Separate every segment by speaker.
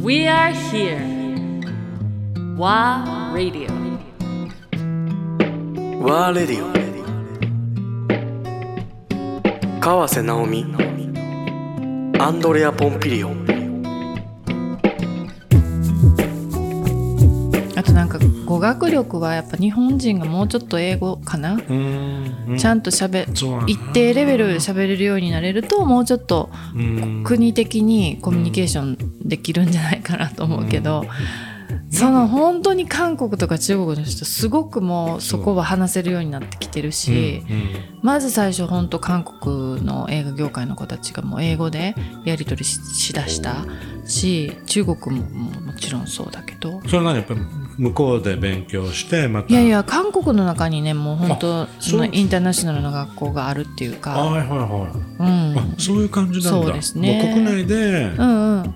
Speaker 1: We are here. WA Radio.
Speaker 2: ワーレディオ川瀬直美アンドレア・ポンピリオ
Speaker 3: あとなんか語学力はやっぱ日本人がもうちょっと英語かな、
Speaker 4: うーん
Speaker 3: ちゃ
Speaker 4: ん
Speaker 3: んとしゃべ
Speaker 4: そうやな
Speaker 3: 一定レベル喋れるようになれるともうちょっと
Speaker 4: うん
Speaker 3: 国的にコミュニケーションできるんじゃないかなと思うけど、その本当に韓国とか中国の人すごくもうそこは話せるようになってきてるし、
Speaker 4: うん
Speaker 3: まず最初本当韓国の映画業界の子たちがもう英語でやり取りししだしたし中国もももちろんそうだけど。
Speaker 4: それなりやっぱり向こうで勉強してまた
Speaker 3: いやいや韓国の中にねもう本当その
Speaker 4: そう
Speaker 3: インターナショナルな学校があるっていうか、
Speaker 4: はいはいは
Speaker 3: う
Speaker 4: い、
Speaker 3: ん、
Speaker 4: あそういう感じなんだ
Speaker 3: そうですね
Speaker 4: もう国内で
Speaker 3: うんうん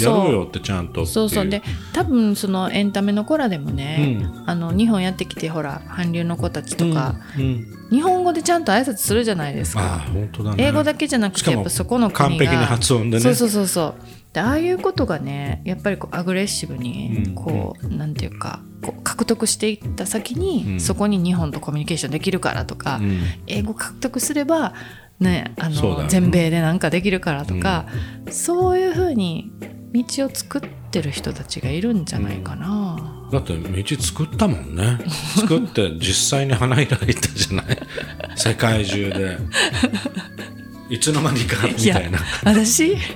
Speaker 4: やろうよってちゃんとってい
Speaker 3: そうそうで多分そのエンタメの子らでもね、あの日本やってきてほら韓流の子たちとか、、
Speaker 4: うんうん
Speaker 3: 日本語でちゃんと挨拶するじゃないです
Speaker 4: あ
Speaker 3: か
Speaker 4: あ本当だね
Speaker 3: 英語だけじゃなく
Speaker 4: してか
Speaker 3: や
Speaker 4: も
Speaker 3: っぱそこの国が
Speaker 4: 完璧な発音でね
Speaker 3: そうそうそうそうでああいうことがねやっぱりこうアグレッシブ
Speaker 4: う
Speaker 3: に
Speaker 4: ん
Speaker 3: こう、なんていうかこう獲得していった先に、
Speaker 4: うん
Speaker 3: そこに日本とコミュニケーションできるからとか、
Speaker 4: うん
Speaker 3: 英語獲得すれば、ね、あ
Speaker 4: そう
Speaker 3: の
Speaker 4: だよね
Speaker 3: 全米でなんかできるからとか、そういうふうに道を作ってる人たちがいるんじゃないかな。
Speaker 4: だって道作ったもんね作 って実際に花開いたじゃない世界中 でいつの間にかみ
Speaker 3: いや
Speaker 4: たいな
Speaker 3: 私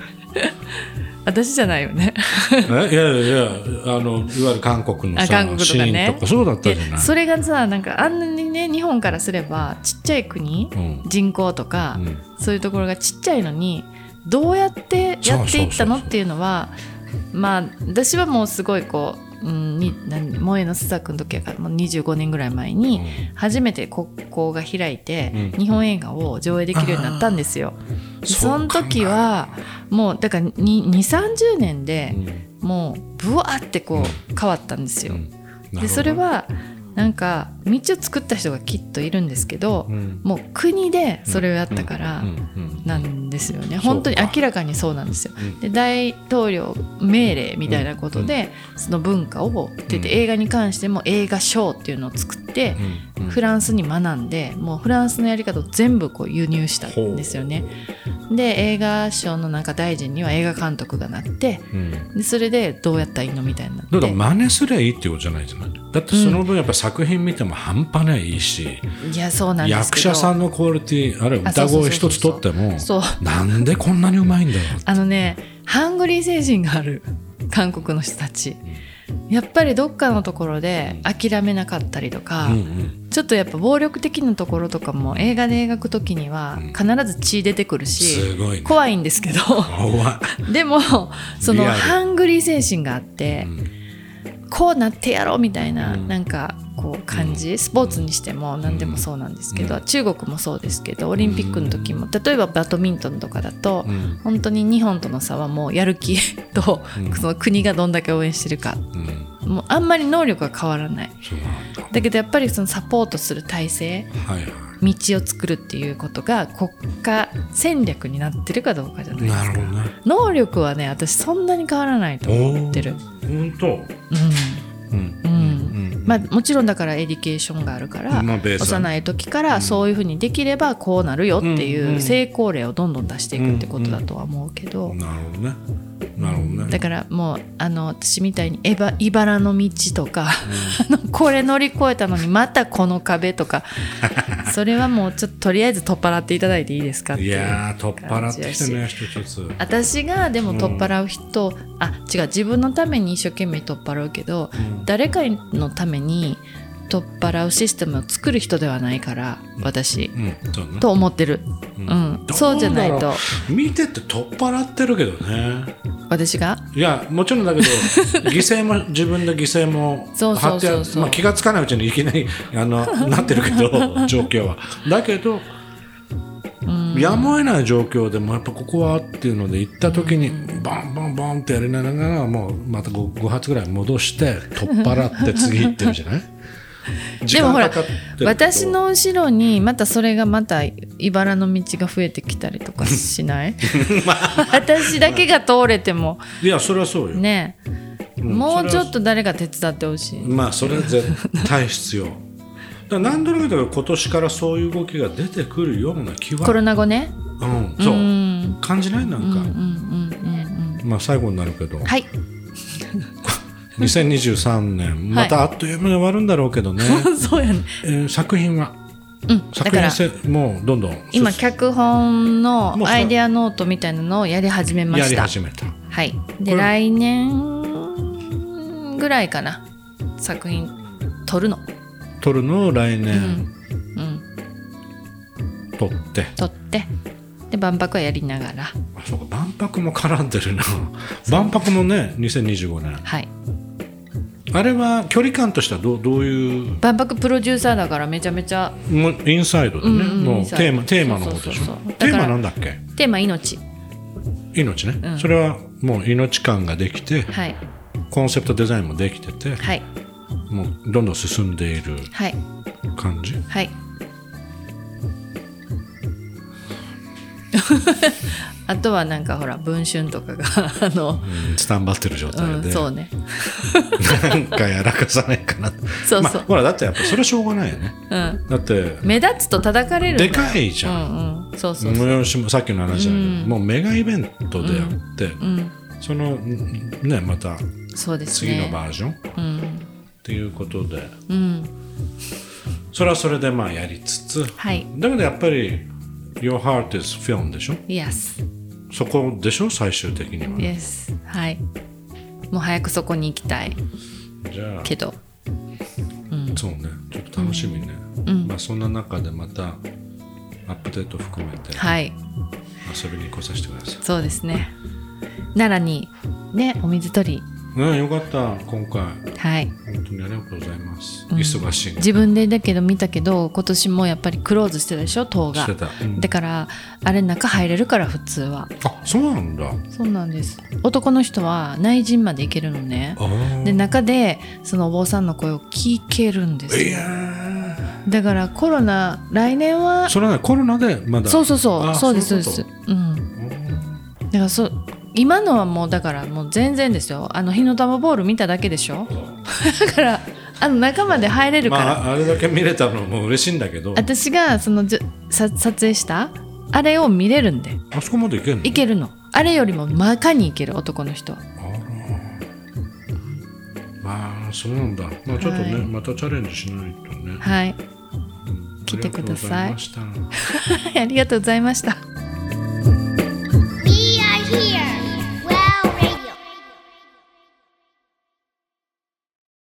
Speaker 3: 私じゃないよね。
Speaker 4: えいやいやいやあのいわゆる韓国の
Speaker 3: あ
Speaker 4: さ
Speaker 3: 韓国と
Speaker 4: シ
Speaker 3: か
Speaker 4: ーン
Speaker 3: ね
Speaker 4: と。かそうだったじゃ
Speaker 3: で
Speaker 4: ない
Speaker 3: それがさなんかあんなにね日本からすればちっちゃい国、
Speaker 4: うん
Speaker 3: 人口とか、
Speaker 4: うん
Speaker 3: そういうところがちっちゃいのにどうやってやっていったの
Speaker 4: そうそうそうそう
Speaker 3: っていうのはまあ私はもうすごいこう、うん、に何萌えの須作の時やからもう25年ぐらい前に初めて国交が開いて、
Speaker 4: うん
Speaker 3: 日本映画を上映できるようになったんですよ。で
Speaker 4: そう
Speaker 3: その時はもうだから2 3 0年で
Speaker 4: うん
Speaker 3: もうブワーってこう変わったんですよ。
Speaker 4: うんなるほど
Speaker 3: でそれはなんか道を作った人がきっといるんですけど、
Speaker 4: うん
Speaker 3: もう国でそれをやったから
Speaker 4: うんうん
Speaker 3: なんですよね、
Speaker 4: ん
Speaker 3: 本当に
Speaker 4: そうか
Speaker 3: 明らかにそうなんですよ。
Speaker 4: うん
Speaker 3: で大統領命令みたいなことで、その文化を出て、
Speaker 4: うん
Speaker 3: 映画に関しても映画賞っていうのを作って、
Speaker 4: うんうん
Speaker 3: フランスに学んでもうフランスのやり方を全部こう輸入したんですよね。で映画賞のなんか大臣には映画監督がなって
Speaker 4: うん
Speaker 3: でそれでどうやったらいいのみたいになって
Speaker 4: だから真似すりゃいいってことじゃないじゃないだってその分やっぱ作品見ても半端ないいし、
Speaker 3: いやそうなんです
Speaker 4: 役
Speaker 3: けど
Speaker 4: 者さんのクオリティあるいは
Speaker 3: あそ
Speaker 4: 歌
Speaker 3: うそうそう
Speaker 4: 声一つとっても
Speaker 3: そう
Speaker 4: なんでこんなにうまいんだろう
Speaker 3: あのねハングリー精神がある韓国の人たちやっぱりどっかのところで諦めなかったりとか、
Speaker 4: うんうん
Speaker 3: ちょっとやっぱ暴力的なところとかも映画で描く時には必ず血出てくる
Speaker 4: す
Speaker 3: し、
Speaker 4: ごいね
Speaker 3: 怖いんですけど
Speaker 4: 怖い、
Speaker 3: でもその
Speaker 4: リアル
Speaker 3: ハングリー精神があって
Speaker 4: う、ん
Speaker 3: こうなってやろうみたいな、
Speaker 4: うん
Speaker 3: なんかこう感じ、スポーツにしても何でもそうなんですけど、中国もそうですけどオリンピックの時も例えばバドミントンとかだと、
Speaker 4: うん
Speaker 3: 本当に日本との差はもうやる気 と、
Speaker 4: うん
Speaker 3: その国がどんだけ応援してるか
Speaker 4: うん、
Speaker 3: もうあんまり能力は変わらない
Speaker 4: そうなんだ
Speaker 3: だけどやっぱりそのサポートする体制
Speaker 4: はいは
Speaker 3: 道を作るっていうことが国家戦略になってるかどうかじゃない
Speaker 4: い
Speaker 3: ですか
Speaker 4: なるほどね
Speaker 3: 能力はね私そんなに変わらないと思ってる
Speaker 4: 本当う
Speaker 3: う
Speaker 4: ん
Speaker 3: ん、うん
Speaker 4: うん
Speaker 3: まあ、もちろんだからエディケーションがあるから、
Speaker 4: まあベースは
Speaker 3: 幼い時からそういうふうにできればこうなるよって
Speaker 4: うん
Speaker 3: いううん成功例をどんどん出していくってことだとは思うけど、
Speaker 4: なるほどねなるほどね
Speaker 3: だからもうあの私みたいにエバ「いばらの道」とか、 あのこれ乗り越えたのにまたこの壁と かそれはもうちょっととりあえず取っ払っていただいていいですかって
Speaker 4: い
Speaker 3: いう
Speaker 4: やー取っ払ってきたね一つ一つ
Speaker 3: 私がでも取っ払う人、あ違う自分のために一生懸命取っ払うけど、誰かのために取っ払うシステムを作る人ではないから私、
Speaker 4: うんそうね
Speaker 3: と思ってる、う
Speaker 4: うんん
Speaker 3: そうじゃない
Speaker 4: どう
Speaker 3: と
Speaker 4: だろう見てて取っ払ってるけどね
Speaker 3: 私が
Speaker 4: いやもちろんだ けど犠牲も自分で犠牲も
Speaker 3: そうそ
Speaker 4: 張
Speaker 3: う
Speaker 4: って
Speaker 3: そ
Speaker 4: あ
Speaker 3: う
Speaker 4: る
Speaker 3: そう
Speaker 4: まあ気がつかないうちにいきなりあ のなってるけど状況はだけどやむを得ない状況でもやっぱここはっていうので行った時にバンバンバンってや りながらもうまた 5, 発ぐらい戻して取っ払って次行ってるじゃない時間かかってるけど
Speaker 3: 私の後ろにまたそれがまた茨の道が増えてきたりとかしない私だけが通れても
Speaker 4: いやそれはそうよ、
Speaker 3: ねえ
Speaker 4: ん
Speaker 3: もうちょっ
Speaker 4: そ
Speaker 3: と誰か手伝ってほしい
Speaker 4: まあそれは絶対必要だから何となくだから今年からそういう動きが出てくるような気は
Speaker 3: コロナ後ね
Speaker 4: うんそう、
Speaker 3: うん
Speaker 4: 感じないなん
Speaker 3: う
Speaker 4: か、
Speaker 3: んうんうん
Speaker 4: まあ最後になるけど、
Speaker 3: うんはい
Speaker 4: 2023年
Speaker 3: はい
Speaker 4: またあっという間に終わるんだろうけどね、
Speaker 3: そうやね
Speaker 4: えー作品は
Speaker 3: うんだ
Speaker 4: 作
Speaker 3: か
Speaker 4: 品
Speaker 3: ら
Speaker 4: せもうどんどん
Speaker 3: 今
Speaker 4: 進
Speaker 3: 脚本
Speaker 4: もう
Speaker 3: の
Speaker 4: それ
Speaker 3: アイデアノートみたいなのをやり始めま
Speaker 4: や
Speaker 3: し
Speaker 4: り
Speaker 3: た
Speaker 4: 始めた
Speaker 3: はい
Speaker 4: こ
Speaker 3: で
Speaker 4: れ
Speaker 3: 来年ぐらいかな作品撮るの
Speaker 4: 撮るのを来年
Speaker 3: うん
Speaker 4: 撮って、
Speaker 3: 撮ってで万博はやりながら
Speaker 4: あそうか万博も絡んでるな万博もね2025年
Speaker 3: はい
Speaker 4: あれは距離感としてはどうどういう
Speaker 3: 万博プロデューサーだからめちゃめちゃ
Speaker 4: もうインサイドだね、
Speaker 3: うんうん
Speaker 4: も
Speaker 3: イ
Speaker 4: う
Speaker 3: ンサイ
Speaker 4: テー
Speaker 3: ド
Speaker 4: マテーマのことでしょ
Speaker 3: そうそうそうだか
Speaker 4: テ
Speaker 3: ら
Speaker 4: ーマなんだっけ
Speaker 3: テーマ命
Speaker 4: 命ね、
Speaker 3: うん
Speaker 4: それはもう命感ができて
Speaker 3: はい
Speaker 4: コンセプトデザインもできてて、
Speaker 3: はい
Speaker 4: もうどんどん進んでいる
Speaker 3: はい
Speaker 4: 感じ
Speaker 3: はい あとはなんかほら文春とかがあの、
Speaker 4: スタンバってる状
Speaker 3: う
Speaker 4: 態
Speaker 3: ん、
Speaker 4: で、
Speaker 3: そうね
Speaker 4: なんかやらかさないかな
Speaker 3: そうそう
Speaker 4: まあ、ほらだってやっぱそれはしょうがないよね
Speaker 3: うん
Speaker 4: だって
Speaker 3: 目立つと叩かれるんだ
Speaker 4: でかいじゃん、
Speaker 3: うんうん、そうそうそう、
Speaker 4: 催しもさっきの話だけど、もうメガイベントでやって、
Speaker 3: うん、
Speaker 4: そのんねまた
Speaker 3: そうですね
Speaker 4: 次のバージョンっ
Speaker 3: うん、
Speaker 4: ていうことで、
Speaker 3: うん、
Speaker 4: それはそれでまあやりつつ
Speaker 3: はい
Speaker 4: だけどやっぱり「Your heart is film」でしょ
Speaker 3: Yes
Speaker 4: そこでしょ最終的には、
Speaker 3: Yes はいもう早くそこに行きたい
Speaker 4: じゃあ
Speaker 3: けど
Speaker 4: そうねちょっと楽しみね、まあ、そんな中でまたアップデート含めて
Speaker 3: はい
Speaker 4: 遊びに来させてください、
Speaker 3: そうですね奈良にねお水取り
Speaker 4: ねよかった今回
Speaker 3: はい
Speaker 4: 本当にありがとうございます、忙しいね
Speaker 3: 自分でだけど見たけど今年もやっぱりクローズしてたでしょ塔が
Speaker 4: してたうん
Speaker 3: だからあれ中入れるから普通は
Speaker 4: あそうなんだ
Speaker 3: そうなんです男の人は内陣まで行けるのね
Speaker 4: あー
Speaker 3: で中でそのお坊さんの声を聞けるんです
Speaker 4: い
Speaker 3: よ
Speaker 4: やー
Speaker 3: だからコロナ来年は
Speaker 4: それはねコロナでまだ
Speaker 3: そうそうそう
Speaker 4: あ
Speaker 3: そうです
Speaker 4: そ
Speaker 3: そう
Speaker 4: いううこ
Speaker 3: で
Speaker 4: と
Speaker 3: すうんだからそう今のはもうだからもう全然ですよあの火の玉ボール見ただけでしょ だからあの中まで入れるから、
Speaker 4: まあ、あれだけ見れたのも嬉しいんだけどあ
Speaker 3: 私がそのじゅさ撮影したあれを見れるんで
Speaker 4: そこまで行けんの
Speaker 3: いけるのあれよりも真かにいける男の人は
Speaker 4: まあそうなんだ、まあ、ちょっとね、
Speaker 3: はい
Speaker 4: またチャレンジしないとね
Speaker 3: はい
Speaker 4: ありがとうございました
Speaker 3: ありがとうございました